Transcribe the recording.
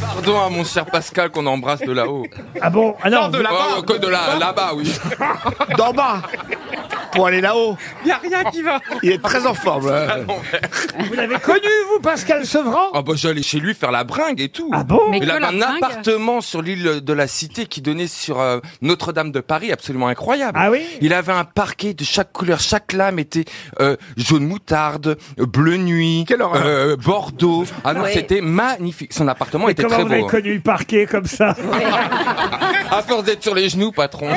Pardon à mon cher Pascal qu'on embrasse de là-haut. Ah bon Alors, de là-bas. Oh, que de là, là-bas, oui. D'en bas Pour aller là-haut. Il n'y a rien qui va. Il est très en forme. hein. vous l'avez connu, vous, Pascal Sevran Ah bah j'allais chez lui faire la bringue et tout. Ah bon Mais Il que avait la un fringue. appartement sur l'île de la Cité qui donnait sur euh, Notre-Dame de Paris, absolument incroyable. Ah oui Il avait un parquet de chaque couleur, chaque lame était euh, jaune moutarde, euh, bleu nuit, Quelle horreur. euh, bordeaux. Ah non, Oui. c'était magnifique. Son appartement était Comment très vous hein. avez beau. connu le parquet comme ça hein. À force d'être sur les genoux, patron.